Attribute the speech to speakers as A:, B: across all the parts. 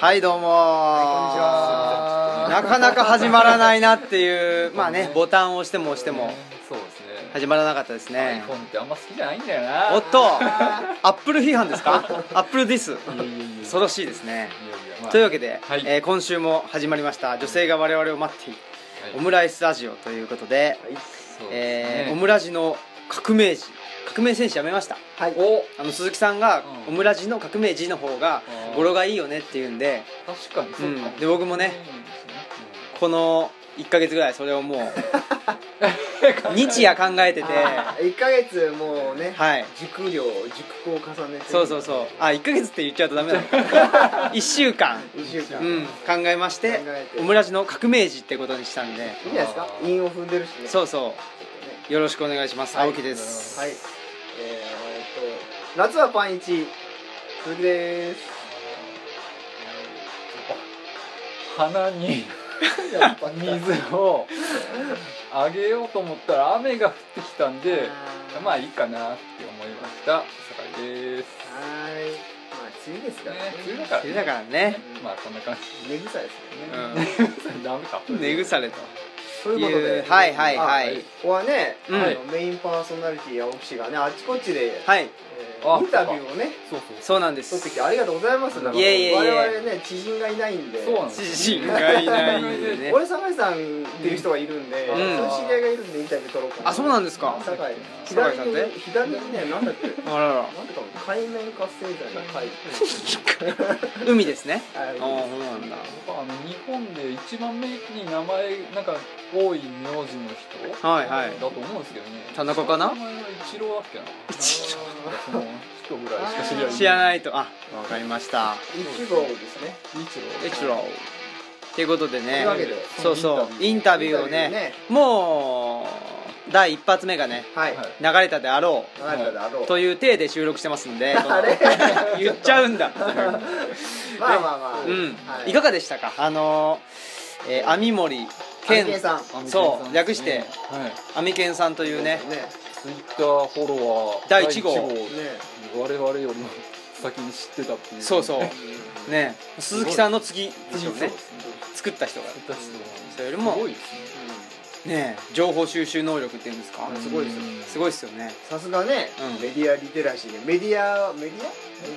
A: はいどうも、
B: はいこんにちは
A: なかなか始まらないなって いうまあねボタンを押しても押しても
B: そうですね、
A: 始まらなかったですね
B: iPhone ってあんま好きじゃないんだよな
A: おっとアップル批判ですかアップルディス
B: いやいやいや
A: 恐ろしいですね
B: いやいやまあ
A: というわけで、
B: はい
A: えー今週も始まりました女性が我々を待っている
B: はい
A: オムライスラジオということで、
B: そうですね
A: えーオムラジの革命児革命戦士やめました
B: はいお
A: あの鈴木さんが
B: う
A: オ
B: ん
A: ムラジの革命児の方が
B: うん
A: 語呂がいいよねっていうんで
B: 確かにそうかも、
A: うんで僕もね
B: う
A: この1ヶ月ぐらいそれをもう 日夜考えてて
C: あー一ヶ月もうね、
A: はい
C: 熟量熟考を重ねて
A: そうそうそうあ1ヶ月って言っちゃうとダメなのか1 週間、
C: 2週間、
A: う
C: い
A: ん、考えまして
C: 考えて
A: オムラジの革命児ってことにしたんで
C: いんじゃないですか韻を踏んでるしね
A: そううそ
C: ね
A: うよろしくお願いします
C: はい
A: 青木です
C: はいえー、えーっと夏はパン一鈴木です
B: ん鼻に
C: やっぱ
B: 水をあげようと思ったら雨が降ってきたんでまあいいかなって思いました酒井です
C: はいまあ梅雨ですからね
B: ね梅雨だから
A: それだからね
B: まあこんな感
C: 寝草ですよね、
A: う
B: じダメか
A: ん根腐れと
C: ということで
A: はいはい
C: あ
A: は
B: はいい
C: ここはね、
A: うん
C: あのメインパーソナリティ青木氏がねあっちこっちで、
A: はい
C: え
B: あ
C: ー、インタビューをね
B: そうそう
A: そうなんで
C: 撮ってき
A: す
C: てありがとうございますなんか
A: いえいえいえ
C: 我々ね知人がいないんで
B: そうなんです
A: 知人がいないんでね
C: 俺酒井さんっていう人がいるんで、
A: ん
C: そういう知り合いがいるんでインタビュー取ろうかな
A: あそうなんですか
C: 酒井
A: 酒井さん
C: 左
A: っ
C: に
A: て
C: 左にねなんだっけなんだ
A: あらら
C: か海面活性剤の海
A: 海ですね
C: あ
A: ああそうなんだ
B: あの日本で一番目に名前なんか多い名字の人
A: はいはい
B: だと思うんですけどね
A: 田中かな
B: 名前は一郎だっけな
A: 一
B: その人ぐらいしか知り合い
A: 知ら
B: い
A: ないとあわかりました
C: 一号ですね
B: 一
A: 一
B: 郎
A: 郎ということで
C: とい
A: ね
C: うわけで
A: そうそうインタビューを
C: インタビュー
A: ねもう第一発目がね
C: はい、
B: はい
A: 流れたであろ
C: あなただろ
A: う
C: う
A: という体で収録してますんで
C: あれ
A: 言っちゃうんだ
C: まあまあまあ、
A: うん
C: はい
A: かがでしたかあのえー網森
C: アミケ
A: 健
C: ンさん
B: あ
A: そう
B: みたいな感じですね
A: 略して
B: はい
A: 網健さんというね
C: ね
B: ツイッターフォロワー
A: 第一号
C: ね
B: 我々よりも先に知ってたっていう
A: そうそうね鈴木さんの次でし
B: そ
A: ょ
B: う
A: う
B: で
A: ね
B: すね
A: 作った人が
B: 作った人が
A: それより
B: す
A: も
B: ごいですね
A: ね情報収集能力っていうんですか
B: うん
C: すごいですよ
A: すごいっすよね
C: さすがね、
A: うん
C: メディアリテラシーでメディアメディアメ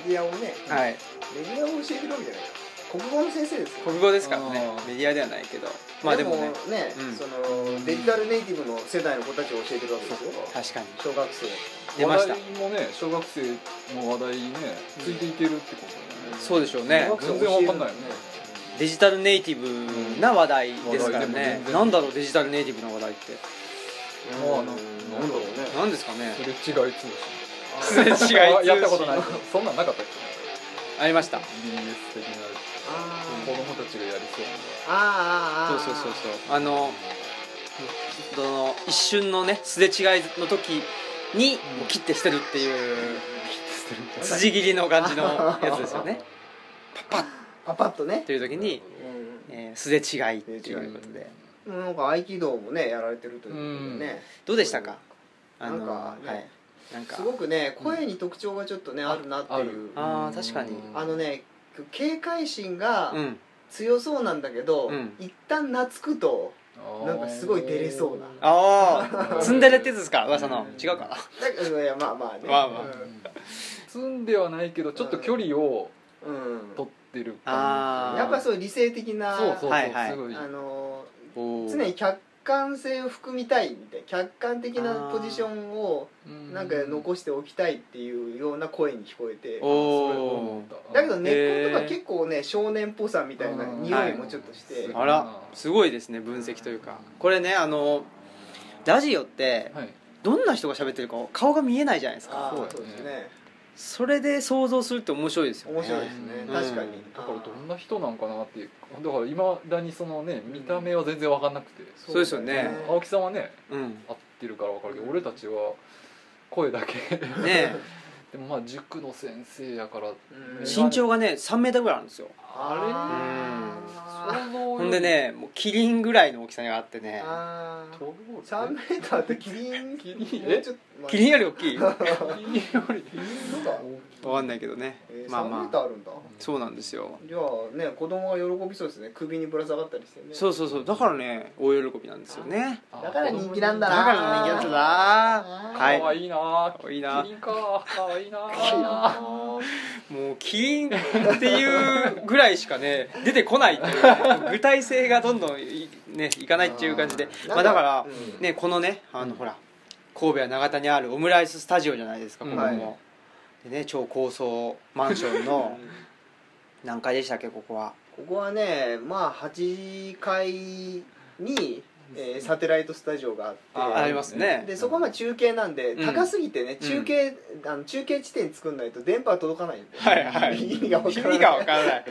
C: ディアをね、
A: はい
C: メディアを教えてるわけじゃない国語の先生ですよ
A: 国語ですからね
B: あー
A: メディアではないけどまあでもねうん
C: そのデジタルネイティブの世代の子たちを教えてるわけですよ
A: 確かに
C: 小学生
A: 出ました
B: 話題もね小学生の話題にねついていけるってことだよね
A: そうでしょうね
C: 小学生
B: 全然わかんないよね
A: デジタルネイティブな話題ですから
B: 話題でも全
A: ね
B: 然
A: なんだろうデジタルネイティブな話題って
B: まあ
C: うん
B: な
C: なんだろうね
A: 何ですかね
B: それ違い通信
A: すれ違い 通信
B: あやったことない そんなんなかったっけ
A: ありました
B: BS 的な
C: あー
B: 子供たちがやりそう
C: あーあー
A: そ
C: あ
A: う
C: ー
A: そうそうそうあのその一瞬のねすれ違いの時にもう切って捨てるっていう
B: な
A: 筋切りの感じ のやつですよね
C: パパッとね
A: という時に、
C: う
A: えーすれ違いっていうことで
C: んなんか合気道もねやられてるということでね
A: どうでしたかあ
C: な
A: の
C: んかね
A: はいなんか
C: すごくね声に特徴がちょっとねあるなっていう
A: あー確かに
C: あのね警戒心が
A: うん
C: 強そうなんだけど
A: うん
C: 一旦懐くとなんかすごい出れそうな
A: ああ
B: うん
A: ツンデレってやつですか噂の違うか
C: だけどいやまあまあね
A: まあまあ
B: 積んではないけどちょっと距離を
C: うん
B: 取ってる
A: あー
B: 感じ
C: やっぱそういう理性的な
B: そうそうそう
A: はいはい
B: すごい
C: あの
A: 常
C: 常に客観性を含みたいみたいな客観的なポジションをなんか残しておきたいっていうような声に聞こえて
A: お
B: それ思った
C: だけど根っ
A: へ
C: こと
A: ー
C: か結構ね少年っぽさみたいな
B: うん
C: 匂いもちょっとして、
B: は
A: あらすごいですね分析というかこれねあのラジオって
B: はい
A: どんな人が喋ってるか顔が見えないじゃないです
C: あ
A: か
C: あ
B: そうだよね
C: そうですね
A: それで想像するって面白いですよね
C: 面白いですね、
B: うん
C: 確かに、
A: うん
B: だからどんな人なんかなっていうだからいまだにそのね見た目は全然分かんなくて、
A: そうですよね
C: そう
B: 青木さんはね
A: うん
B: 合ってるから分かるけど俺たちは声だけ
A: ね
B: でもまあ塾の先生やから
C: うん
A: 身長がね3メーターぐらいあるんですよ
B: あ
A: うほんでねもうキリンぐらいの大きさがあってね
C: ああ
B: と
C: 3メーターってキリン
B: キリン
C: もうちょっと、まあ
A: キリンより大きいわ
C: キリンとか、
A: かんないけどね
C: えー、
A: まあ
C: 3メ
A: ま
C: ータ
A: あ
C: ーあるんだ、
A: そうなんですよ
C: じゃあね子供が喜びそうですね首にぶら下がったりしてね
A: そうそうそうだからね大喜びなんですよね
C: だから人気なんだ
A: だ
C: な
A: から人気やつだ
C: あー
B: は、
A: はいい
B: かわいいな
A: 可愛いな
B: キリンかかわいいな
C: あ
A: もうキリンっていうぐらいしかね出てこないっていう具体性がどんどんい,、ね、いかないっていう感じで
C: ー
A: まあ、だから、
C: うん
A: ね、このねあの、
B: うん
A: ほら神戸は長田にあるオムライススタジオじゃないですかここも、
C: はい
A: でね超高層マンションの何階でしたっけここは
C: ここはねまあ8階に、えーサテライトスタジオがあって
B: あ
A: ありますね
C: でそこはまあ中継なんで、
A: うん
C: 高すぎてね中継、あの中継地点作んないと電波は届かないんで、
A: はいはい
C: 意味が分からない
A: 意味がわからない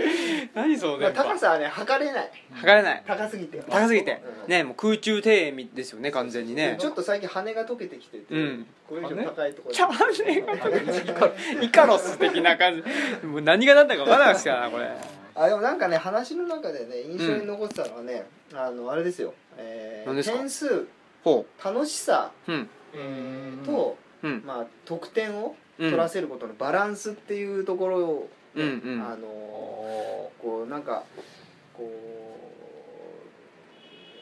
A: 何その
C: まあ
A: 電波
C: 高さはね測れない
A: 測れない
C: 高すぎて
A: 高すぎて
C: うん
A: ねもう空中庭園みですよね完全にね
C: ちょっと最近羽が溶けてきてて、
A: うん
C: これ以上高いところ
A: キャバレーが イカロス的な感じもう何が何だか分からないですからなこれ
C: あでもなんかね話の中でね印象に残ってたのはね、あのあれですよ、えー
A: 何ですか
C: 点数
A: ほ
C: 楽しさ
A: ううん
C: と、
A: うん
C: まあ、得点を
A: うん
C: 取らせることのバランスっていうところを、ね
A: うんうん
C: あのーこうなんかこう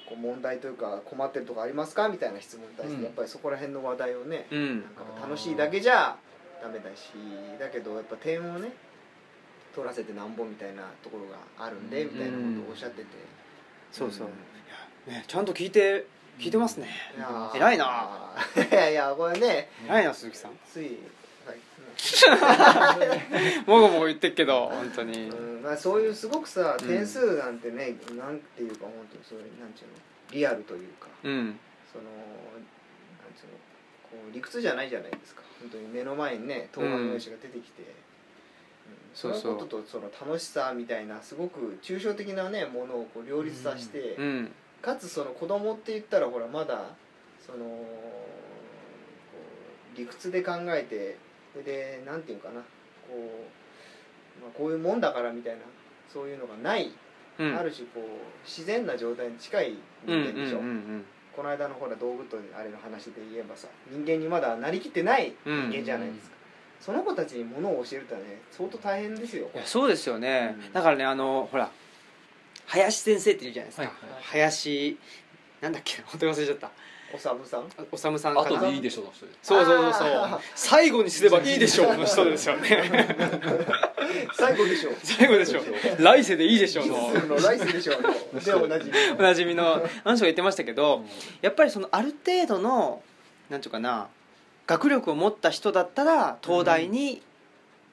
C: こう問題というか困ってるとこありますかみたいな質問に対し
B: う
C: て
B: ん
C: やっぱりそこら辺の話題をね、
A: う
C: なん
A: ん
C: か楽しいだけじゃダメだしだけどやっぱ点をね取らせてなんぼみたいなところがあるんでみたいなことをおっしゃってて、
A: そうそういやねちゃんと聞いて聞いてますね
C: いやー
A: 偉いな
C: いやいやこれね
A: 偉いな鈴木さん
C: つい、はい
A: もごもご言ってっけど本当に
C: うんまあ、そういうすごくさ
A: うん
C: 点数なんてね、なんていうか本当にそういうなんていうのリアルというか
A: うん
C: そのなんていうのこう理屈じゃないじゃないですか本当に目の前にね東の用紙が出てきて、うん
A: そ
C: そ
A: そう
C: ううのこととその楽しさみたいなすごく抽象的なねものをこう両立させて、
A: うん
C: かつその子供って言ったらほらまだそのこう理屈で考えてそれでなんていうかなこう、まあ、こういうもんだからみたいなそういうのがない、
A: うん
C: ある種こう自然な状態に近い
A: うんうん
C: 人間でし
A: う
C: ょ、
A: ん
C: この間のほら道具とあれの話で言えばさ人間にまだなりきってない
A: うん
C: 人間じゃないですか、その子たちにものを教えるってのはね相当大変ですよ
A: いやそうですよね
C: うん
A: だからねあのほら林先生っているじゃないです
B: はい
A: か林なんだっけ本当に忘れちゃった
C: おさぶさん
A: おさむさんか
B: 後
A: な
B: でいいでしょうそれ
A: そうそうそうそう
C: あー
A: 最後にすればいいでしょうの人ですよね
C: 最後でしょ
A: 最後でしょう来世でいいでしょうの
C: 人数の来世でしょうでおなじみ
A: おなじみのあの人が言ってましたけどやっぱりそのある程度のなんていうかな学力を持った人だったら東大に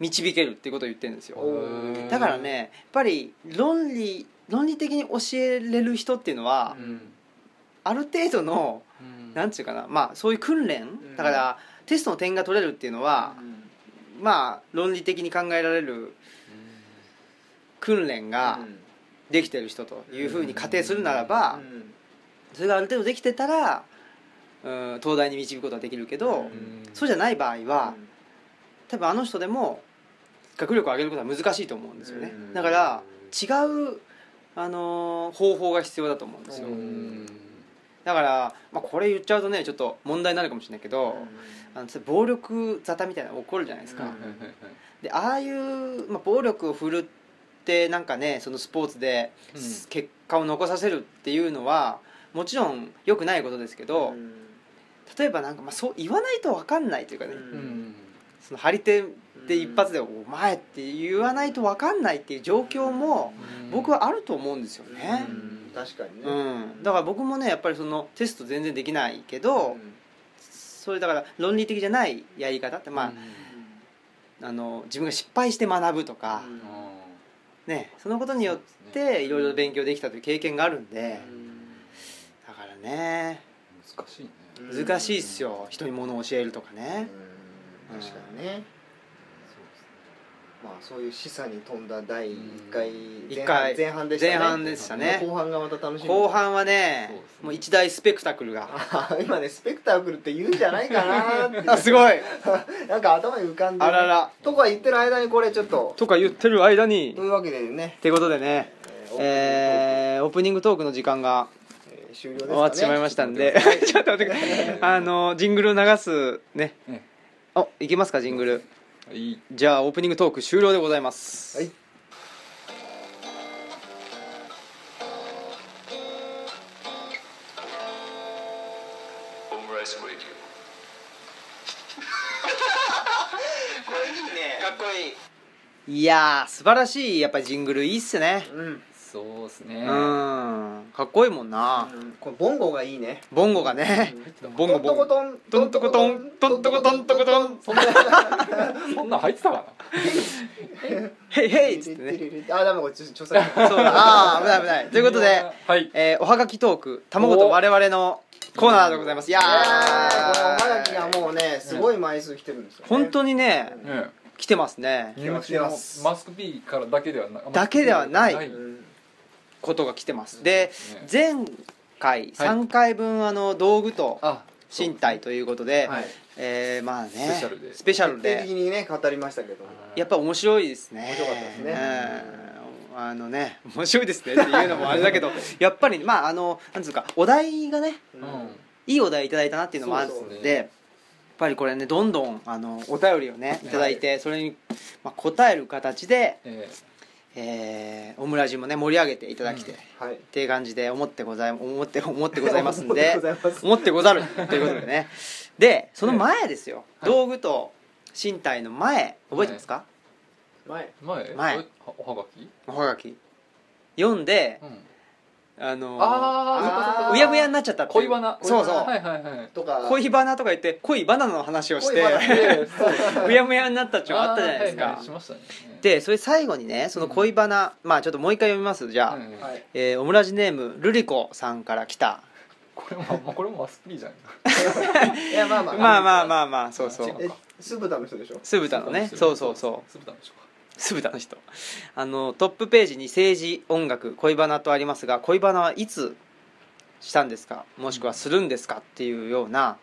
A: 導けるっていうことを言ってるんですよ、
B: うん
A: だからねやっぱり論理論理的に教えれる人っていうのは、
B: うん
A: ある程度のなんていうかなまあそういう訓練、
C: ん
A: だからテストの点が取れるっていうのは、まあ論理的に考えられる訓練ができてる人というふうに仮定するならば、それがある程度できてたら、うん、東大に導くことはできるけど、
C: うん
A: そうじゃない場合は、多分あの人でも学力を上げることは難しいと思うんですよね、
C: うん
A: だから違う、あのー方法が必要だと思うんですよ、
C: うん
A: だから、まあ、これ言っちゃうとねちょっと問題になるかもしれないけど、あの暴力沙汰みたいなの起こるじゃないですか、
C: うん
A: でああいう、まあ、暴力を振るってなんかねそのスポーツで
B: うん
A: 結果を残させるっていうのはもちろん良くないことですけど、例えばなんか、まあ、そう言わないと分かんないというかね、その張り手で一発で「お前」って言わないと分かんないっていう状況も僕はあると思うんですよね。
C: 確かに
A: う
C: ね
A: ん、だから僕もねやっぱりそのテスト全然できないけど、それだから論理的じゃないやり方って、まあ、あの自分が失敗して学ぶとか、ね、そのことによっていろいろ勉強できたという経験があるんでだからね
B: 難しいね
A: 難しいっすよ人に物を教えるとかね
C: 確かにねまあそういう示唆に飛んだ第1回
A: 一回
C: 前半でした
A: 前
C: ね
A: 半でしたね
C: 後半がまた楽しみ
A: 後半はね
B: そうですね
A: もう一大スペクタクルが
C: あ今ねスペクタクルって言うんじゃないかな って
A: あすごい
C: なんか頭に浮かんで
A: あらら
C: とか言ってる間にこれちょっと
A: とか言ってる間に
C: というわけでね
A: ってことでね
C: えーオープニングトーク
A: ーオープニングトークの時間が
C: えー終了ですかね
A: 終わってしまいましたんで、ちょっと待ってくださいあのジングル流すね
B: ね
A: あいけますかジングル
B: はい
A: じゃあオープニングトーク終了でございます
C: はい
D: オムライスレディオ
C: かっこいい
A: いやー素晴らしいやっぱりジングルいいっすね
C: うん
B: そうですね
A: うんかっこいいもんな
C: これボンゴがいいね
A: ボンゴがねボンゴボンゴ
C: トン
A: トントコトントントコトントコトン
C: そんな
B: そんなん入ってたか
A: ヘイヘイっつってね
C: あダメこれちょ著作権
A: そうだあー危ない危ない
B: な
A: ということで、
B: はい
A: えーおはがきトーク卵と我々のコーナーでございますいや
C: いやーこのお
A: ー
C: はがきがもうねすごい枚数来てるんですよね
A: 本当にね
C: うん
B: ね
A: 来てますね
B: 入手のマスク B からだけではな
A: だけではない
C: うん
A: ことが来てますで
B: ね
A: 前回3回分あの道具と
B: あ
A: 身体ということで、
C: はい
A: えーまあね
B: スペシャルで
A: スペシャ
C: 徹
A: ル
C: 底
A: で
C: 的にね語りましたけど
A: やっぱ面白いですね面
C: 白かったですね
A: あのね面白いですねっていうのもあれだけど やっぱりまああのなんつうかお題がね
C: う
B: うん
C: ん
A: いいお題いただいたなっていうのもある
C: そう
B: そ
A: の
B: う
A: で、やっぱりこれねどんどんあのお便りをねいただいて、それに、まあ、答える形で、
B: え
A: えーオムラジもね盛り上げていただきて、
B: うん
C: はい
A: っていう感じで思ってござい思って思ってございますんで
C: ございます
A: 思ってござるということでねでその前ですよ、
B: はい
A: 道具と身体の前覚えてますか、
C: 前
B: 前
A: 前
B: えおはがき
A: おはがき読んで
B: うん
A: あの
B: あ
C: ー
A: うやむやになっちゃったっていう
B: 恋バナ
A: そうそう、
B: はいはいはい
C: とか
A: 恋バナとか言って恋バナの話をし
C: 恋バナ
A: て
B: でそ う
A: うやむやになったっていうのあったじゃないですか、
B: あーはいはいしましたね
A: でそれ最後にねその恋バナ、まあちょっともう一回読みますじゃあ、
B: うん
C: はい
A: えーオムラジネームルリコさんから来た
B: これもこれもマスク B じゃない
C: いやまあま あ
A: まあまあまあまあそうそ
B: 違
A: う
B: う
C: え酢豚の人でしょ
A: 酢豚のねそうそうそう
B: 酢豚の人か
A: 酢豚の人あのトップページに政治音楽恋バナとありますが恋バナはいつしたんですかもしくはするんですかっていうような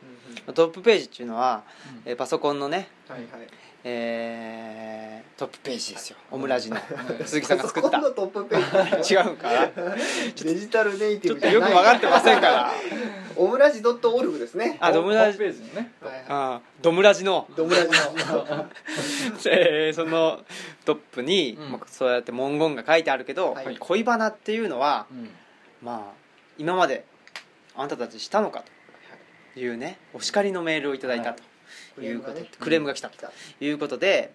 A: トップページっていうのは、えーパソコンのね、
C: はいはい
A: えートップページですよオムラジの
B: ん
A: 鈴木さんが作った
C: パソコンのトップペー ジ
A: 違うから
C: デジタルネイテ
A: ちょっ
C: ィブ
A: と
C: じゃない
A: よく分かってませんから
C: オムラジドットオルグですね
A: あドムラ
B: ホーム
A: ジ
B: ページにね
C: はいは
A: あードムラジの
C: い、ドムラジの
A: えーそのトップに、
B: うん
A: まあそうやって文言が書いてあるけど、
C: はい
A: 恋バナっていうのは
B: うん
A: まあ今まであんたたちしたのかというねお叱りのメールをいただいたと
C: はい
A: いう こと、
C: クレームがね
A: クレームが来た
C: 来た
A: ということで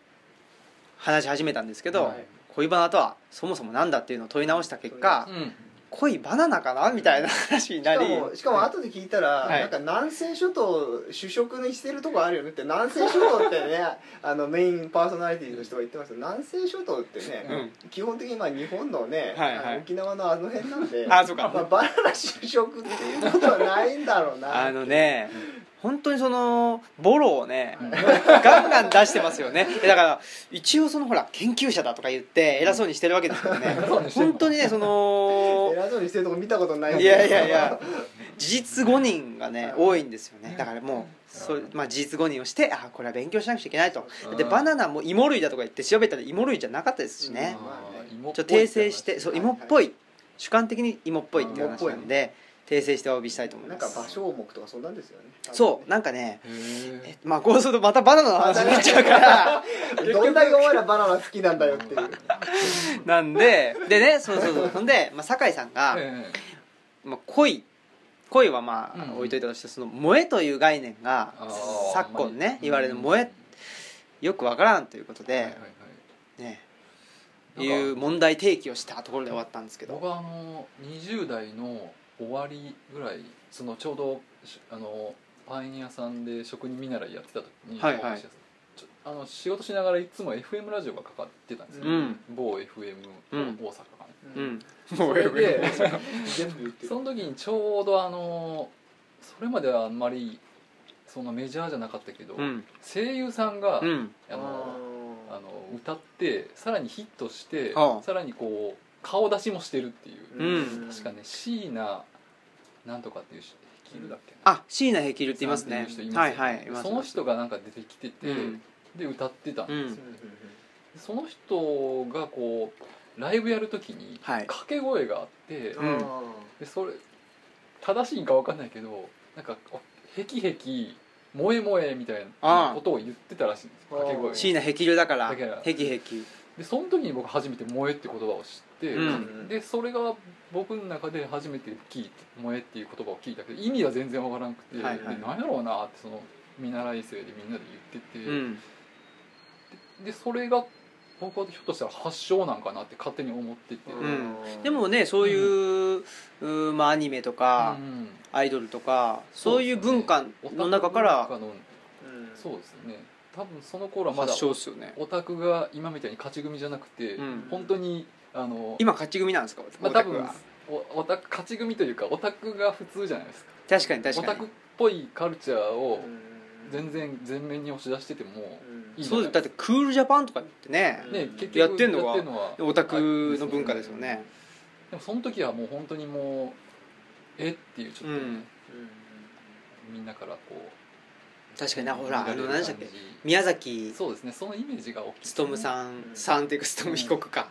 A: 話し始めたんですけど、
B: はい
A: 恋バナとはそもそもなんだっていうのを問い直した結果、
B: うん
A: 恋バナナかなみたいな話にな
C: し
A: り
C: かもしかも後で聞いたら、
A: はい
C: なんか南西諸島主食にしてるとこあるよねって南西諸島ってね あのメインパーソナリティの人が言ってますけど南西諸島ってね、基本的にまあ日本のね、
A: はいはい
C: あの沖縄のあの辺なん で
A: あそう
C: まあ、
A: か
C: バナナ主食っていうことはないんだろうな
A: あのね本当にそのボロをねガンガン出してますよねえだから一応そのほら研究者だとか言って偉そうにしてるわけですけどね
B: 偉そうにしてんの
A: 本当にねその
C: 偉そうにしてるとこ見たことない
A: いやいやいや事実誤認がね多いんですよねだからもうそう、まあ、事実誤認をしてあこれは勉強しなくちゃいけないとで
B: うん
A: バナナも芋類だとか言って調べたら芋類じゃなかったですしね
B: あー
A: ちょ
B: 芋
A: っと訂正してそう
C: はい
A: 芋っぽい主観的に芋っぽいっていう話
C: 芋っぽ
A: ない
C: ね
A: んで訂正してお詫びしたいと思い
C: なん
A: ま
C: か
A: す
C: 芭蕉目とかそんなんですよね
A: そうなんかね
B: へー
A: えまあこうするとまたバナナの話になっちゃうから
C: どんだけお前らバナナ好きなんだよっていう
A: なんででねそうそう そうそんで、まあ、酒井さんが、
B: ええ
A: まあ、恋恋はまあ、
B: うん
A: 置いといたとしてその萌えという概念が
B: あー
A: 昨今
B: あんま
A: ね
B: り
A: 言われる萌えよくわからんということで、
B: はいはいはい
A: ね
B: なん
A: い
B: か
A: う問題提起をしたところで終わったんですけど
B: 僕はあの20代の終わりぐらいそのちょうどしあのパン屋さんで職人見習いやってた時に、
A: はいはい
B: ちょあの仕事しながらいつも FM ラジオがかかってたんですよ、
A: うん
B: 某 FM
A: う
B: 大
A: ん
B: 阪かな、
A: うん
B: そ れで
C: 全部言ってる
B: その時にちょうどあのそれまではあんまりそんなメジャーじゃなかったけど、
A: うん
B: 声優さんが、
A: うん
B: あのあ
C: あ
B: の歌ってさらにヒットして
A: ああ
B: さらにこう顔出しもしてるっていう、
A: うん
B: 確かね椎名なんとかっていう人ヒキルだっけな
A: あ椎名ヘキルって言いますね
B: さんっていう人いま
A: は
B: す
A: い
B: よ
A: はいい
B: で
A: ます
B: その人がなんか出てきてて、
A: うん
B: で歌ってた、
A: うん
C: ね
B: その人がこうライブやるときに
A: はい
B: 掛け声があって、
A: うん
B: でそれ正しいんか分かんないけどなんか「へきへき」「萌え萌え」みたいなことを言ってたらしいんです
C: あー
B: 掛け声
A: 椎名壁流だから
B: だから
A: 壁壁
B: でその時に僕初めて「萌え」って言葉を知って、
A: うん
B: でそれが僕の中で初めて聞いて「萌え」っていう言葉を聞いたけど意味は全然分からなくて、
A: はいはい
B: で何やろうなってその見習い生でみんなで言ってて、
A: うん
B: でそれが僕はひょっとしたら発祥なんかなって勝手に思ってて、
A: んでもねそういう、うーまあ、アニメとか、
B: うん
A: アイドルとかそういう文化の中か
B: オタク
A: ら
B: 文化の
C: うん
B: そうですね多分その頃はまだ
A: 発祥っすよね
B: オタクが今みたいに勝ち組じゃなくて、
A: うん
B: 本当にあの、
A: 今勝ち組なんですか
B: まあ、
A: オ
B: 多
A: タク
B: 分
A: は
B: おオタク勝ち組というかオタクが普通じゃないですか
A: 確かに確
B: オタ
A: か
B: クっ
A: に
B: ぽいカルチャーを
C: うん
B: 全然前面に押し出してても、
C: うん
B: いいじゃ
A: そ
B: な
A: う
B: い
A: だってクールジャパンとか言ってね
C: うん
B: ね、結局
A: やってんのは
B: やってんのは
A: オタクの文化ですよね
B: でもその時はもう本当にもうえっていうちょっとね、
A: うん
B: みんなからこう
A: 確かになほらあ
B: 見
A: の
B: れる
A: 何でしたっけ
B: 感じ
A: 宮崎
B: そうですねそのイメージが大きい
A: 勉さん
C: うん
A: さんっていうか勉被告か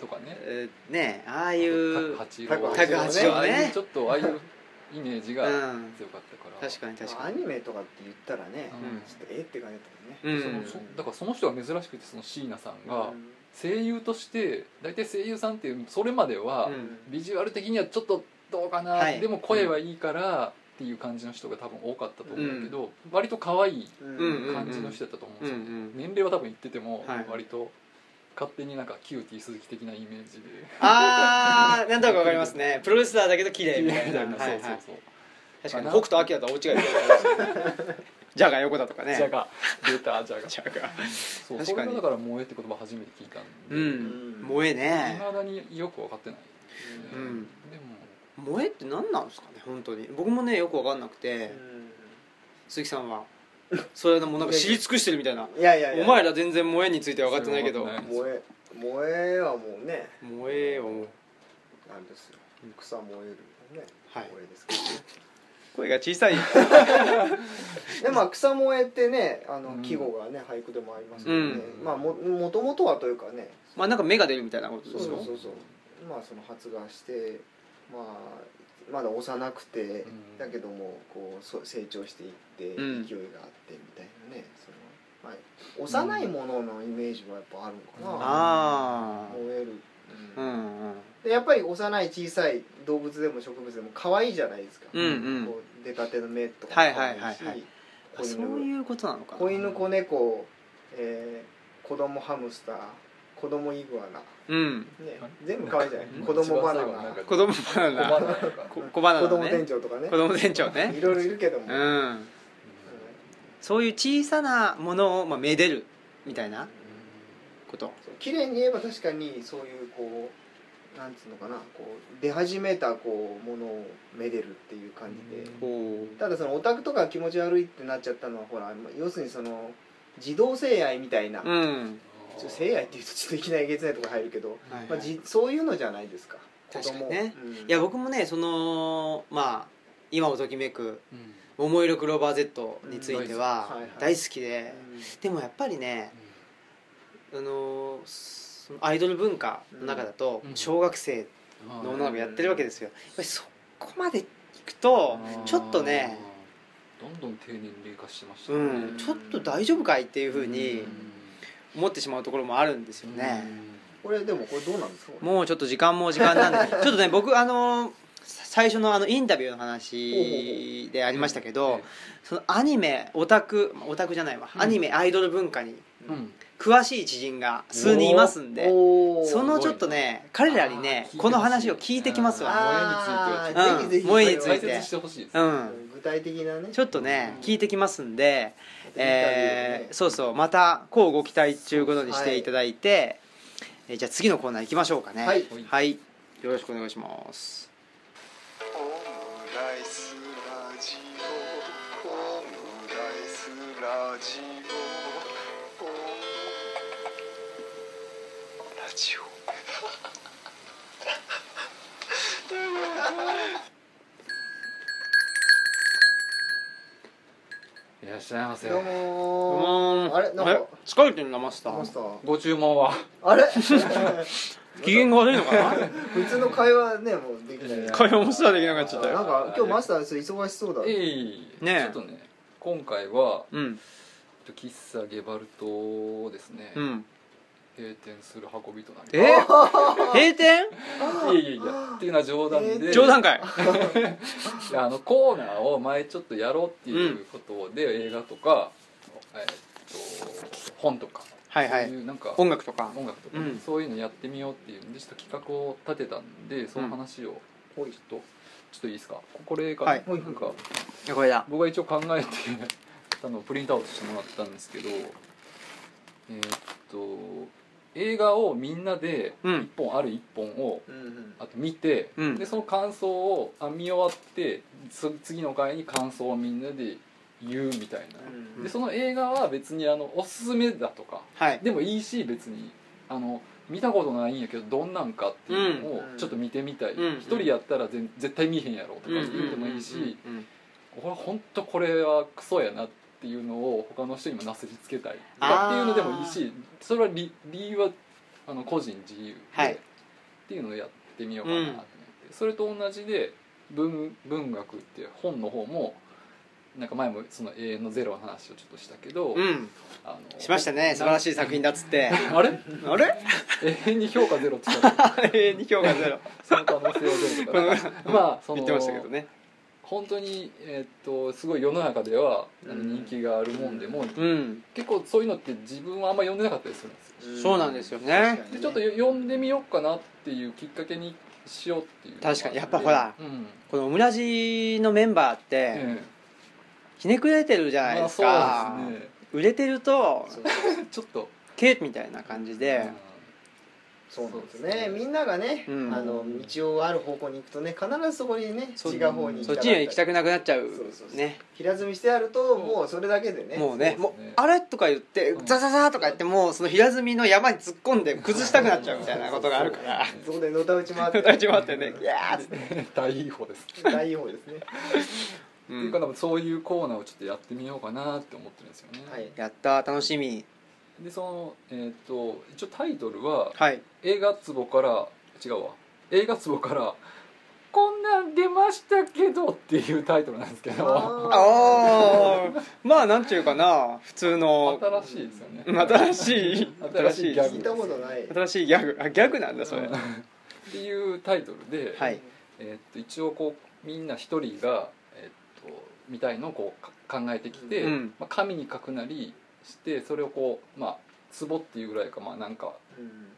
B: うんとかね
A: えーねああいう
B: タク
C: タ
A: ク
B: 八
A: 八
B: 郎
A: 郎ね
B: ああいうちょっとああいうイメージが
A: うん
B: 強かったから、
A: 確かに確
C: ア
A: かに
C: ニメとかって言ったらね
B: うん
C: ちょっとえって感じだったもんね
A: う
B: その
A: ん
B: そだからその人が珍しくてその椎名さんが
C: うん
B: 声優として大体声優さんっていうそれまでは
A: うん
B: ビジュアル的にはちょっとどうかな、
A: はい
B: でも声はいいからっていう感じの人が多分多かったと思うけど、割と可愛い
A: うん
B: 感じの人だったと思うん
A: う
B: で
A: ん
B: す
A: う
B: よ、
A: ん
B: 年齢は多分言ってても
A: はい
B: 割と勝手になんかキューティー鈴木的なイメージで
A: ああなんとなくわかりますねプロレスラーだけど綺麗みたいな
B: そう
A: はい
B: そ
A: は
B: う
A: い
B: そう
A: 確かに北斗晶とは大違いだよねジャガー横田とかね
B: ジャガ出たジャガ
A: ジャガー
B: そう
A: 確かに
B: それがだから「萌え」って言葉初めて聞いたんで
A: う
B: い
A: ん萌えね
B: まだによく分かってないですね、
A: うん
B: でも
A: 萌えって何なんですかね本当に僕もねよく分かんなくて、鈴木さんはそういうのもうなんか知り尽くしてるみたいない
C: やいやいや
A: お前ら全然萌えについて分かってないけど
B: それは分か
C: 萌え萌えはもうね
A: 萌えを
C: あれですよ草燃えるね
A: はい
C: 燃えですけどね
A: 声が小さ い
C: でまあ草燃えってねあ
B: う
C: の
B: ん
C: 季語がね俳句でもありますけどね
B: うん
C: まあももともとはというかね
A: まあなんか芽が出るみたいなこと
C: そ
A: で
C: う
A: し
C: そ
A: ょ
C: うそうそうまあその発芽してまあまだ幼くて
B: うん
C: だけどもこうそ成長していって
A: うん
C: 勢いがあってみたいなねそのまあ幼いもののイメージはやっぱあるのかな
A: あ
C: 燃える
A: あう
C: うん
A: んうん
C: でやっぱり幼い小さい動物でも植物でも可愛いじゃないですか、
A: うんうん
C: こう出たての目とか
A: はいはいはいはい
C: 可
A: あ
C: 愛い
A: そ
C: し
A: ういうことなのか
C: 子
A: な
C: 犬子猫、えー子供ハムスター子供イグアナ、
A: うん
C: ね
B: はい、
C: 全部可愛いじゃない
B: うん
C: 子供バナ
B: 一番最後のなんか
C: ナ
A: 子供バナナ
B: 小花とか
A: こ小バナ
C: 子供
A: ナ
C: 店
A: ね
C: 長とかね
A: 子供店長ね
C: いろいろいるけども、うん
A: うんそういう小さなものをまあめでるみたいなこと
C: そう綺麗に言えば確かにそういうこうなんつうのかなこう出始めたこうものをめでるっていう感じで。
A: ほう
C: ただそのオタクとか気持ち悪いってなっちゃったのはほら要するにその児童性愛みたいな、
A: うん
C: ちょ性愛っていうとちょっといきなりえげつないとこ入るけど、
A: はいはい
C: まあ、じそういうのじゃないですか
A: 確かにね、
C: 子供うん
A: いや僕もねそのまあ今をときめく
B: うん
A: 「桃色クローバー Z」について
C: うん
A: は
C: はいはい
A: 大好きで、
C: う
A: でもやっぱりね、あのーそのアイドル文化の中だと
B: うん
A: 小学生
B: うん
A: の女の子やってるわけですよ、やっぱりそこまでいくとちょっとね
B: どんどん低年齢化してました
A: う
B: ね
A: んちょっと大丈夫かいっていうふう
B: う
A: に
B: ん
A: 思ってしまうところもあるんですよね、
C: これでもこれどうなんですか
A: もうちょっと時間も時間 なんでちょっとね僕あのーさ最初のあのインタビューの話でありましたけど、そのアニメオタクまあオタクじゃないわ、アニメアイドル文化に
B: うん
A: 詳しい知人が数人いますんで
C: おー
A: そのちょっとね彼らにね
B: あー
A: この話を聞いてきますわ
B: 萌えに
C: あ
B: ついてはちょっと
C: ー
A: うん
C: ぜひぜひ
A: 萌えについ
B: 解
A: て
B: 説してほしいです
A: う
B: ね
A: ん
C: 具体的なね
A: ちょっとね聞いてきますんで、
C: インタビューをね
A: えーそうそうまたこうご期待中ことにしていただいて、えーじゃあ次のコーナー行きましょうかね
C: はい
A: はい、よろしくお願いします
D: オムライスラジオオムライスラジオオムラジオ
B: いらっしゃいませ
C: どうもー
A: うーん
C: あれなんか
A: 疲れてるなマスタ
C: マス
A: ー
C: ター
B: ご注文は
C: あれ
A: 機嫌が悪いのかな
C: 普通の会話ねもうできない
A: 会話もすらできなくなっちゃった
C: なん
A: よ
C: か今日マスターそれ忙しそうだ
B: えい
A: ねえ
B: ちょっとね今回は
A: うん
B: 喫茶ゲバルトをですね、
A: うん
B: 閉店する運びとなります
A: え閉店
B: いやいやいやっていうのは冗談
C: え
B: で
C: ー
A: 冗談かい
B: あのコーナーを前ちょっとやろうっていうことで、映画とか、えーっと本とか、
A: はいは
B: そ
A: い
B: ういうなんか
A: 音楽とか
B: 音楽とか、
A: うん
B: そういうのやってみようっていうんでちょっと企画を立てたんでその話をちょっと、ちょっといいですかこれかな,、
A: はい
B: なんか
A: いやこれだ
B: 僕が一応考えてあのプリントアウトしてもらったんですけどえーっと映画をみんなで
A: うん
B: 一本、ある一本を
C: うんうん
B: あと見て、
A: うん
B: でその感想をあ見終わってそ次の回に感想をみんなで言うみたいな、
C: うん
B: でその映画は別にあのおすすめだとか
A: はい
B: でもいいし別にあの見たことないんやけどどんなんかっていうのを
C: うん
B: ちょっと見てみたい一、
A: うん
B: 人やったらぜん絶対見へんやろとか言ってもいいし、
A: うんうんうん
B: 俺は本当これはクソやなっていうのを他の人にもなすりつけたいとかっていうのでもいいしそれは理理由はあの個人自由で、
A: はい
B: っていうのをやってみようかなと思って、それと同じで文文学っていう本の方もなんか前もその永遠のゼロの話をちょっとしたけど、
A: うんうん
B: あの
A: しましたね素晴ら
B: い
A: しい作品だっつって
B: あれ
A: あれ
B: 永遠に評価ゼロって言ったら
A: 永遠に評価ゼロ
B: その可能性はゼロとか なんかまあその
A: 言ってましたけどね
B: 本当に、えーっとすごい世の中ではあの
C: うん
B: 人気があるもんでも、
A: うん
B: 結構そういうのって自分はあんま読んでなかったりするんですよ
A: そうなんですよね
B: でちょっと読んでみようかなっていうきっかけにしようっていう
A: 確かにやっぱほら
B: うん、
A: このオムラジのメンバーって
B: え
A: ひねくれてるじゃ
B: え
A: ない
B: まあ
A: です
B: そう
A: か
B: で
A: 売れてると
C: そう
B: すねち ょっと、
A: ケーみたいな感じで
C: そうなんですねみんながね、
A: うん
C: あの道をある方向に行くとね必ずそこにね
A: そう
C: 違う方に行き
A: そ
C: た
A: っ
C: か
A: ちには行きた
C: く
A: くなくなっちゃう
C: そうそうそう
A: ね
C: 平積みしてあるともうそれだけでね
A: もうね
B: そう
A: も
B: ですね
A: うあれとか言って
B: うん
A: ザザザとか言ってもうその平積みの山に突っ込んで崩したくなっちゃうみたいなことがあるから
C: そこでのたうち回って
A: 立ち回って ねいやーっつって
B: うん 大いい方です、
C: 大いい方ですね
A: う
B: っていうんか多分そういうコーナーをちょっとやってみようかなって思ってるんですよね、
C: はい
A: やったー楽しみ
B: でそのえーっと一応タイトルは
A: はい
B: 映画壺から違うわ映画壺からこんなん出ましたけどっていうタイトルなんですけど
A: ああーまあなんていうかな普通の
B: 新しいですよね
A: うん新しい
B: 新しいギャ
C: 聞
B: グ
C: いたことない
A: 新しいギャグあギャグなんだそれ
B: うんっていうタイトルで、
A: はい
B: えーっと一応こうみんな一人が、えーっとみたいのをこうか考えてきて、
A: うん
B: まあ、紙に書くなりしてそれをこうまあ壺っていうぐらいかまあなんか
C: うん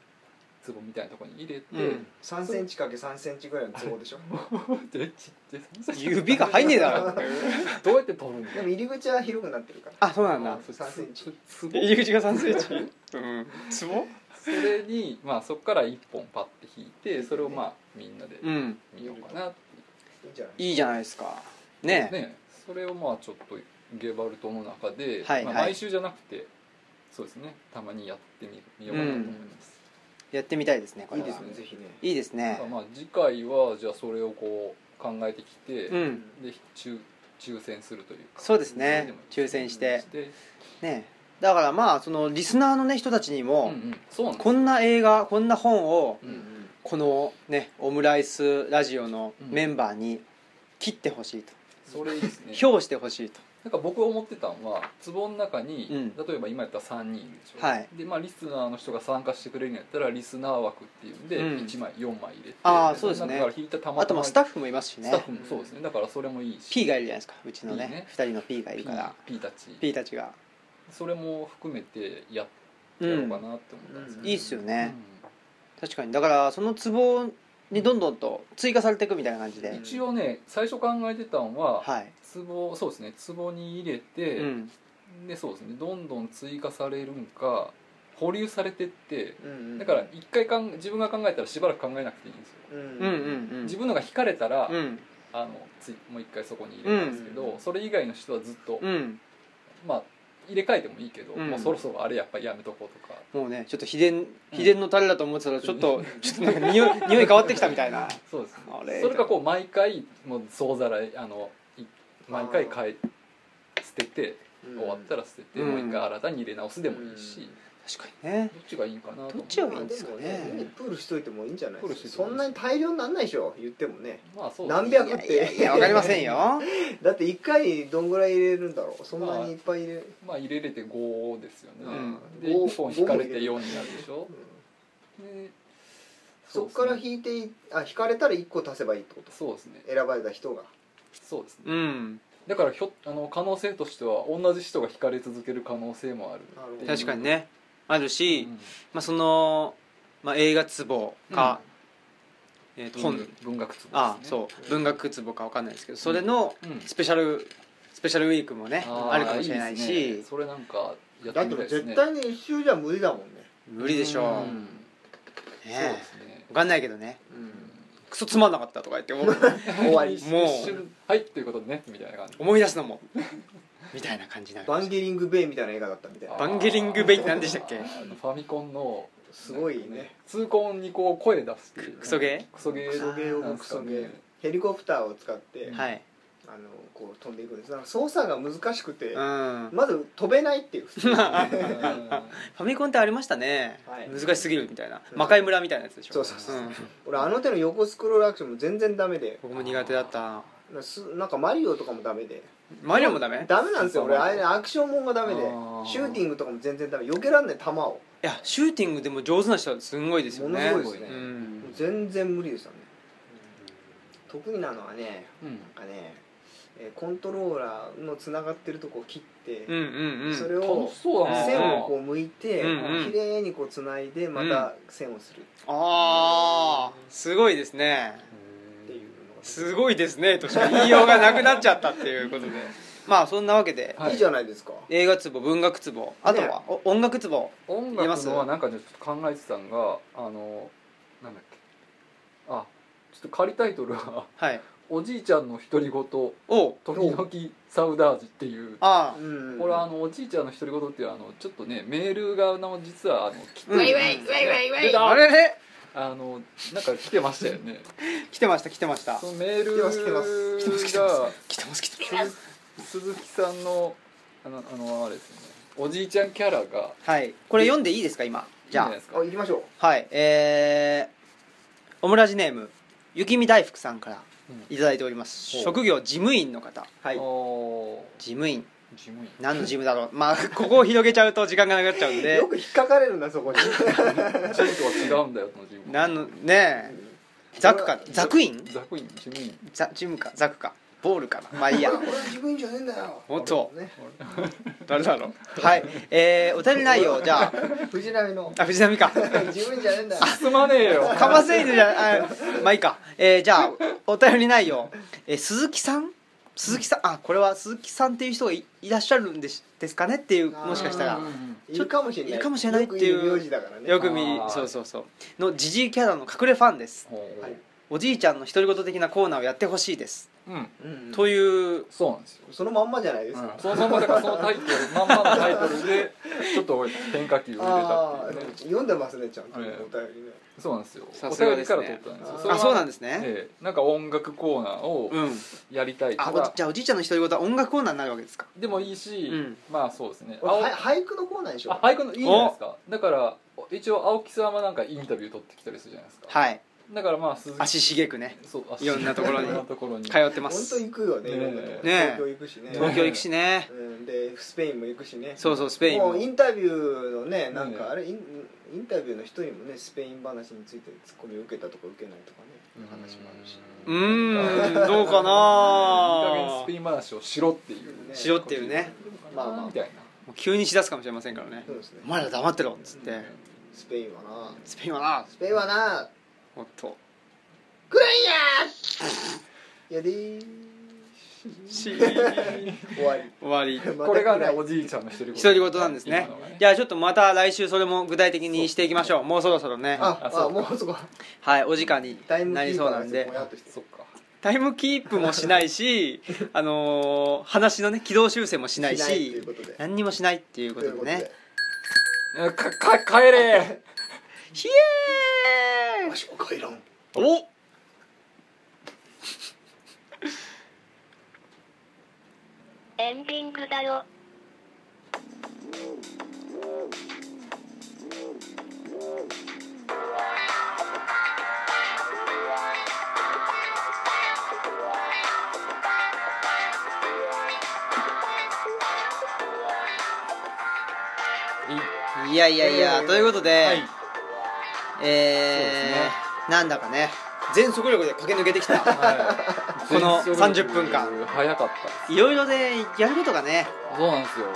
B: 壺みたいなところに入れて、
A: うん
C: 3センチかけ3センチぐらいの都合でしょ
B: でちって
A: 指が入んねえだ ろ
B: どうやって取るんだ
C: でも入り口は広くなってるから
A: あそうなんだ
C: あ3センチ
B: 壺
A: 入り口が3センチうんツボ
B: それに、まあ、そこから1本パッて引いてそれをまあみんなで
A: うん
B: 見ようかなってい
C: いいんじゃない
A: いいじゃないですか
B: う
A: ねえ
B: それをまあちょっとゲバルトの中で、
A: はい
B: まあ、
A: はい
B: 毎週じゃなくてそうですねたまにやってみみようかなと思います、
A: やってみたいですねこれ
C: いい
A: は
C: ですねぜひね
A: いいですね
B: まあ次回はじゃあそれをこう考えてきて、
A: うん
B: で抽抽選するというか
A: そうです
B: それで
A: ね
B: もいい
A: 抽選して
B: して、
A: ねだからまあそのリスナーのね人たちに
B: うんう
A: も、
B: ん、そうなんです
A: こんな映画こんな本を
B: う
C: うん
B: ん
A: このねオムライスラジオのメンバーに切ってほしいと、
B: それいいですね
A: 評してほしいと
B: なんか僕思ってたのは壺の中に、
A: うん
B: 例えば今やったら3人いるでしょ、
A: はい
B: でまあ、リスナーの人が参加してくれるんやったらリスナー枠っていうんで
A: うん
B: 1枚4枚入れて、
A: あーそうですね
B: だから引いた玉
A: あとまあスタ
B: ッ
A: ッフもいますし
B: フ、
A: ね
B: スタッフもそうですねだからそれもいいし
A: P がいるじゃないですかうちの
B: P
A: ね
B: ね
A: 二2人の P がいるから
B: P, P たち
A: P たちが
B: それも含めてや
A: う
B: やろうか
A: ん
B: なって思ったんですよ、
A: いいっすよ
B: う
A: ね、
B: ん
A: 確かにだからそのツボにどんどんと追加されていくみたいな感じで、
B: 一応ね最初考えてたのは、
A: はい、
B: 壺そうですね壺に入れて、
A: うん、
B: でそうですねどんどん追加されるんか保留されてって
C: うんうん
B: だから一回かん自分が考えたらしばらく考えなくていいんですよ
C: うん
A: うんうんうん
B: 自分のが引かれたら、
A: うん
B: あのついもう一回そこに入れたんですけど、
C: うん
B: それ以外の人はずっと、
A: うん
B: まあ入れ替えてもいいけど、
A: うん
B: もうそろそろあれやっぱやめとこうとか
A: もうねちょっと秘伝秘伝のタレだと思ってたらちょっと、ちょっとなんか 匂い匂い変わってきたみたいな
B: そうです
A: あれ
B: それかこう毎回もう総ざらいあのい毎回変え捨てて終わったら捨てて、
A: うん
B: もう一回新たに入れ直すでもいいし、
A: 確かにね
B: どっちがいいんかなと
A: どっちがいい
C: まあで
A: いいん
C: も
A: です
C: ね
A: かね
C: プールしといてもいいんじゃない
B: プー
C: で
B: ル
C: す
B: しと
C: か
B: いても
C: そんなに大量になんないでしょ言ってもね
B: まあそう
C: 何
A: い
C: 百
A: やいやいやわかりませんよ
C: だって1回にどんぐらい入れるんだろうそんなにいっぱい入れる、
B: まあ入れれて5ですよね、
A: うん
B: で
C: 五
B: 1本引かれて4になるでしょ
C: うん
B: で
C: そっから
B: うですね
C: 引いていあ引かれたら1個足せばいいってこと
B: そうですね
C: 選ばれた人が
B: そうですね
A: うん
B: だからひょあの可能性としては同じ人が引かれ続ける可能性もある
C: なるほど
A: 確かにねあるし、
B: うん
A: まあ、その、まあ、映画壺か、えー、と本、
B: 文文学ツボ
A: ああそうう文学壺かわかんないですけどそれの
B: ん
A: スペシャルスペシャルウィークもね
B: ー
A: あるかもしれないし
B: いいですねそれなんかや
C: だ
B: っ
C: ってて
B: みたいですね
C: 絶対に一周じゃ無理だもんね、
A: 無理でしょう、
B: んそう
A: ね
B: ですね
A: えわかんないけどねクソつまんなかったとか言って思う
C: 終わり
A: もう
B: 一瞬はいということでねみたいな感じ
A: 思い出すの もみたいな感じになる
C: バンゲリング・ベイみたいな映画だったみたいな
A: バンゲリングベイって何でしたっけ
B: あのファミコンの
C: すごいね
B: 痛恨にこう声出すっていう
A: クソゲ
B: クソゲー
C: クソゲー
B: なん
C: を
B: で
C: ク
B: すか
C: ソ
B: ね
C: ゲーヘリコプターを使って、
B: うん
A: はい
C: あのこう飛んでいくんですなんか操作が難しくて、
A: うんフ
C: まず飛べないっていう普通に
A: ァミコンってありましたね、
C: はい
A: 難しすぎるみたいな
C: うん
A: 魔界村みたいなやつでしょ
C: そうそうそうん俺あの手の横スクロールアクションも全然ダメで
A: 僕も苦手だった
C: なすなんかマリオとかもダメで
A: マリオもダメ
C: ダメなんですよ
B: そうそ
C: 俺
B: う
C: あれアクションもんがダメで
B: あー
C: シューティングとかも全然ダメ避けらんない球をも
A: いやシューティングでも上手な人はすんごいですよね
C: ものすごいですね
A: うん
C: う全然無理でしたね得意なのはね
B: うん
C: なんかねえーコントローラーのつながってるとこを切って、
A: うんうんうん
C: それを
B: 楽しそうだな
C: 線をこう向いて
A: うんうん
C: 綺麗にこうつないでまた線をする
A: ああすごいですね
C: っていうのが、
A: すごいですねとしか言いようがなくなっちゃったっていう ことでまあそんなわけで、
B: はい
C: いじゃないですか
A: 映画壺文学壺あとは、お音楽壺
B: 音
A: 言え
B: 楽
A: ます
B: のはなんかねちょっと考えてたんがあのなんだっけあちょっと仮タイトルは
A: はい
B: 「おじいちゃんの独り言時
A: お
B: 々サウダージ」っていう
A: あ
C: うん
B: これはあのおじいちゃんの独り言っていうあのちょっとねメールがあの実はあのき
A: うん
E: わいわいわいわいわい
B: 出
A: あ
B: た
A: あれれ
B: あのなんか来てましたよね
A: 来てました来てました
B: そのメール
C: 来て
B: が
C: ます来てます
A: 来てます来てます来てます来てます
B: 鈴木さんのあのあのあれですねおじいちゃんキャラが
A: はいこれ読んでいいですか今じゃ
B: いい
A: あ
B: んですか
C: あ行きましょう
A: はいえー、オムラジネーム雪見大福さんからいただいております、
B: うん
A: 職業事務員の方
C: はい
B: おー
A: 事務員
B: 事務員
A: 何の事務だろうまあ ここを広げちゃうと時間がなくなっちゃうんで
C: よく引っかかれるなそ こに
B: ちょっとは違うんだよその事務
A: 何のねえザクかザクイン
B: ザクイン事務員
A: ザジムかザクかボールかなまあいい や
C: 俺は自分じゃねえんだよ
A: おっと
C: ね
A: 誰だろうはいえー、お便り内容じゃあ
C: 藤波の
A: あ藤波か
C: 自分じゃねえんだよ
B: すまねえよ
A: かませ犬じゃあまあいいか、えー、じゃあお便り内容、えー鈴木さん鈴木さんあこれは鈴木さんっていう人がいいらっしゃるんですですかねっていうもしかしたら
B: うんうんうん
C: いるかもしれない
A: いるかもしれないっていう
C: よく言名字だからね
A: よく見
B: あー
A: そうそうそうのジジイキャラの隠れファンです
B: ほう
C: はい
A: おじいちゃんの独り言的なコーナーをやってほしいです、
B: うん
C: うん
A: という
B: そうなんですよ
C: そのまんまじゃないですか
B: そのままだからそのタイトルまんまのタイトルでちょっと変化球を
C: あ
B: 入
C: あ
B: れたっていうね
C: 読んでますねちゃんとお
B: え
C: 便
B: え
C: りね
B: そうなんですよ
A: さすがですね
B: お便りから取ったんですよ
C: あ
B: れは
A: あそうなんですね、
B: ええなんか音楽コーナーを
A: うん
B: やりたいと
A: あ
B: か
A: おじじゃあおじいちゃんの独り言は音楽コーナーになるわけですか
B: でもいいし、
A: うん
B: まあそうですね
C: 俺は俳句のコーナーでしょ
B: あ俳句のいいじゃないですかだから一応青木さんはなんかインタビュー取ってきたりするじゃないですか、
A: はい
B: だからまあ鈴木
A: 足しげくね
B: そう足
A: いろんなところに
B: いろんなところに
A: 通ってま
C: 本当
A: す
C: 行くよね
B: ねえ
C: いろんなとこ
A: ねえ
C: 東京行くしね
A: 東京行くしね
C: うんでスペインも行くしね
A: そうそうスペイン
C: も
A: も
C: うインタビューのねなん
B: ね
C: かあれインインタビューの人にもねスペイン話についてツッコミを受けたとか受けないとかね
B: うん
C: 話もあるし
A: うーんどうかない
B: い加減スペイン話をしろっていう、
C: ね
A: しろっていうね
C: まあまあ
B: みたいな
A: もう急にしだすかもしれませんからね
C: そうですね
A: お前ら黙ってろっつって
C: スペインはな
A: スペインはな
C: スペインはな
A: おっと
C: クライヤーやでー
A: し
C: 終 わり
A: 終わり
C: また
B: これがね
C: 暗い
B: おじいちゃんの独り言
A: 独り言なんですね
B: 今のが
A: じゃあちょっとまた来週それも具体的にしていきましょうもうそろそろね
C: あ
B: あそう
C: あもうそこ
A: はいお時間に
C: タイムキ
A: なり
C: ー
A: そう
C: パ
A: な
C: ー
A: ん
C: です
A: で
C: もやっとして
B: そっか
A: タイムキープもしない しあのー話のね軌道修正もしない
C: しないとい
A: し
C: うことで
A: 何にもしないっていうことで
C: という
A: ね
C: こ
B: えかか帰れ
A: ひ
C: と
A: え
C: でわしも帰らん
A: ーお
E: エンディングだよ
A: いやいやいや、
C: えー
A: ということで、
B: はいそうです
A: え
B: ね
A: ーなんだかね全速力で駆け抜けてき た
B: はい
A: この
B: 全速力
A: 30分間
B: 早かったで
A: いろいろでやることがね
B: すそうなんですよ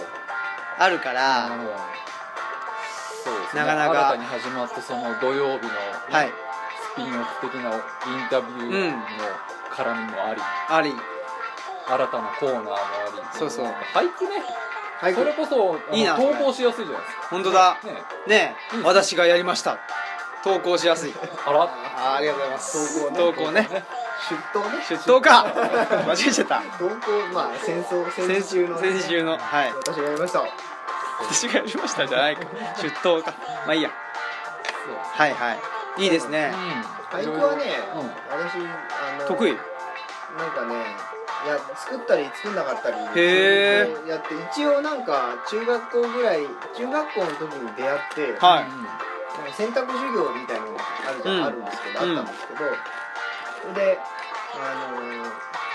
A: あるか
B: あ
A: ら
B: のそうですね
A: なかなか
B: 新たに始まったその土曜日の
A: はい
B: スピンオフ的なインタビュ
A: う
B: ー
A: ん
B: の絡みもあり、
A: あり
B: 新たなコーナーもあり
A: そうそう
B: 俳句ね
C: はい
B: それこそあの
A: いいな
B: 投稿しやすいじゃないですか
A: 本当だ
B: ね
A: ねえ
B: いいですね
A: 私がやりました投稿しやすい
B: あら
A: あーありがとうございます
C: 投稿ね
A: 投稿ね
C: 出頭ね
A: 出頭か 間違えちゃった
C: 投稿まあ戦争戦時中のね
A: 先週のはい
C: 私がやりました
A: 私がやりましたじゃないか出頭かまあいいや
B: そう
A: はいはいいいですね
C: 俳句はね
B: うん
C: 私あの
A: 得意
C: なんかねいや作ったり作んなかったり
A: へー
C: やって一応なんか中学校ぐらい中学校の時に出会って、
A: はい
C: なんか選択授業みたいなのがあるじゃん、
A: うん
C: あるんですけどあったんですけど、それで、あのー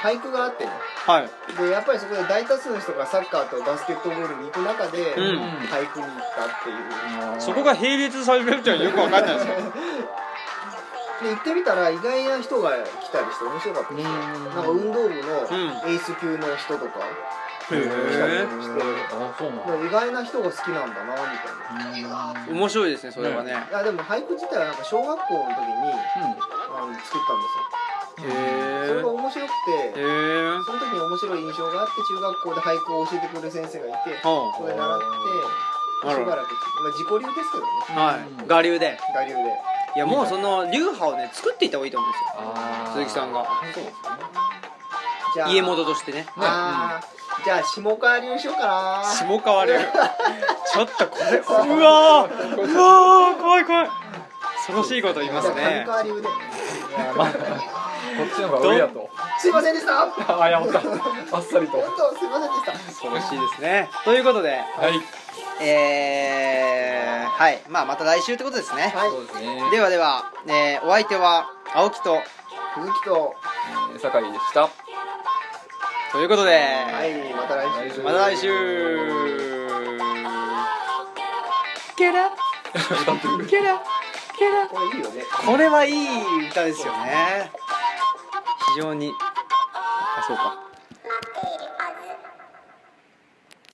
C: 俳句があってね
A: はい
C: でやっぱりそこで大多数の人がサッカーとバスケットボールに行く中で、
A: うん
C: 俳句に行ったっていう。
B: うん
A: そこが並列されるっていうのはよくわかんないですよ
C: で行ってみたら意外な人が来たりして面白かったですよ
B: うん
C: なんか運動部の
A: う
C: エース級の人とか
A: へ
C: 来たり
A: え
C: もして、
B: あそうなんだ
C: 意外な人が好きなんだなみたいな
B: うん
A: 面白いですねそれはね
C: いやでも俳句自体はなんか小学校の時にあの作っ
A: へ
C: たんですよ
A: え
C: それが面白く
A: へ
C: て
A: え
C: その時に面白い印象があって中学校で俳句を教えてくれる先生がいて
A: は
C: それ習って
A: なるほど
C: しばらく、まあ、自己流ですけどね
A: あはい我流で
C: 我流で
A: いやもうその流派をね作っていった方がいいと思うんですよ
B: あー
A: 鈴木さんが
B: そう ですね
C: じゃあ
A: 家元としてね
C: あー、じゃあ下川流しようかな
A: 下川流ちょっとこれうわーうわー怖い怖い恐ろしいこと言います
C: じゃあ上
A: ね
C: 川流で
B: こっちの方が上やと
C: すいませんでした本
B: ああやったあっさりとは
C: 当すいませんでした
A: 恐ろしいですねということで
B: い
A: えー、はいまあまた来週ってことですね
C: はい
B: そうですね
A: ではでは、えーお相手は青木と
C: 鈴木と
B: えー酒井でした
A: ということで、
C: はいまた来週
A: また来週 Get up! Get up! Get up!
C: これいいよね
A: これはいい歌ですよね非常にあそうか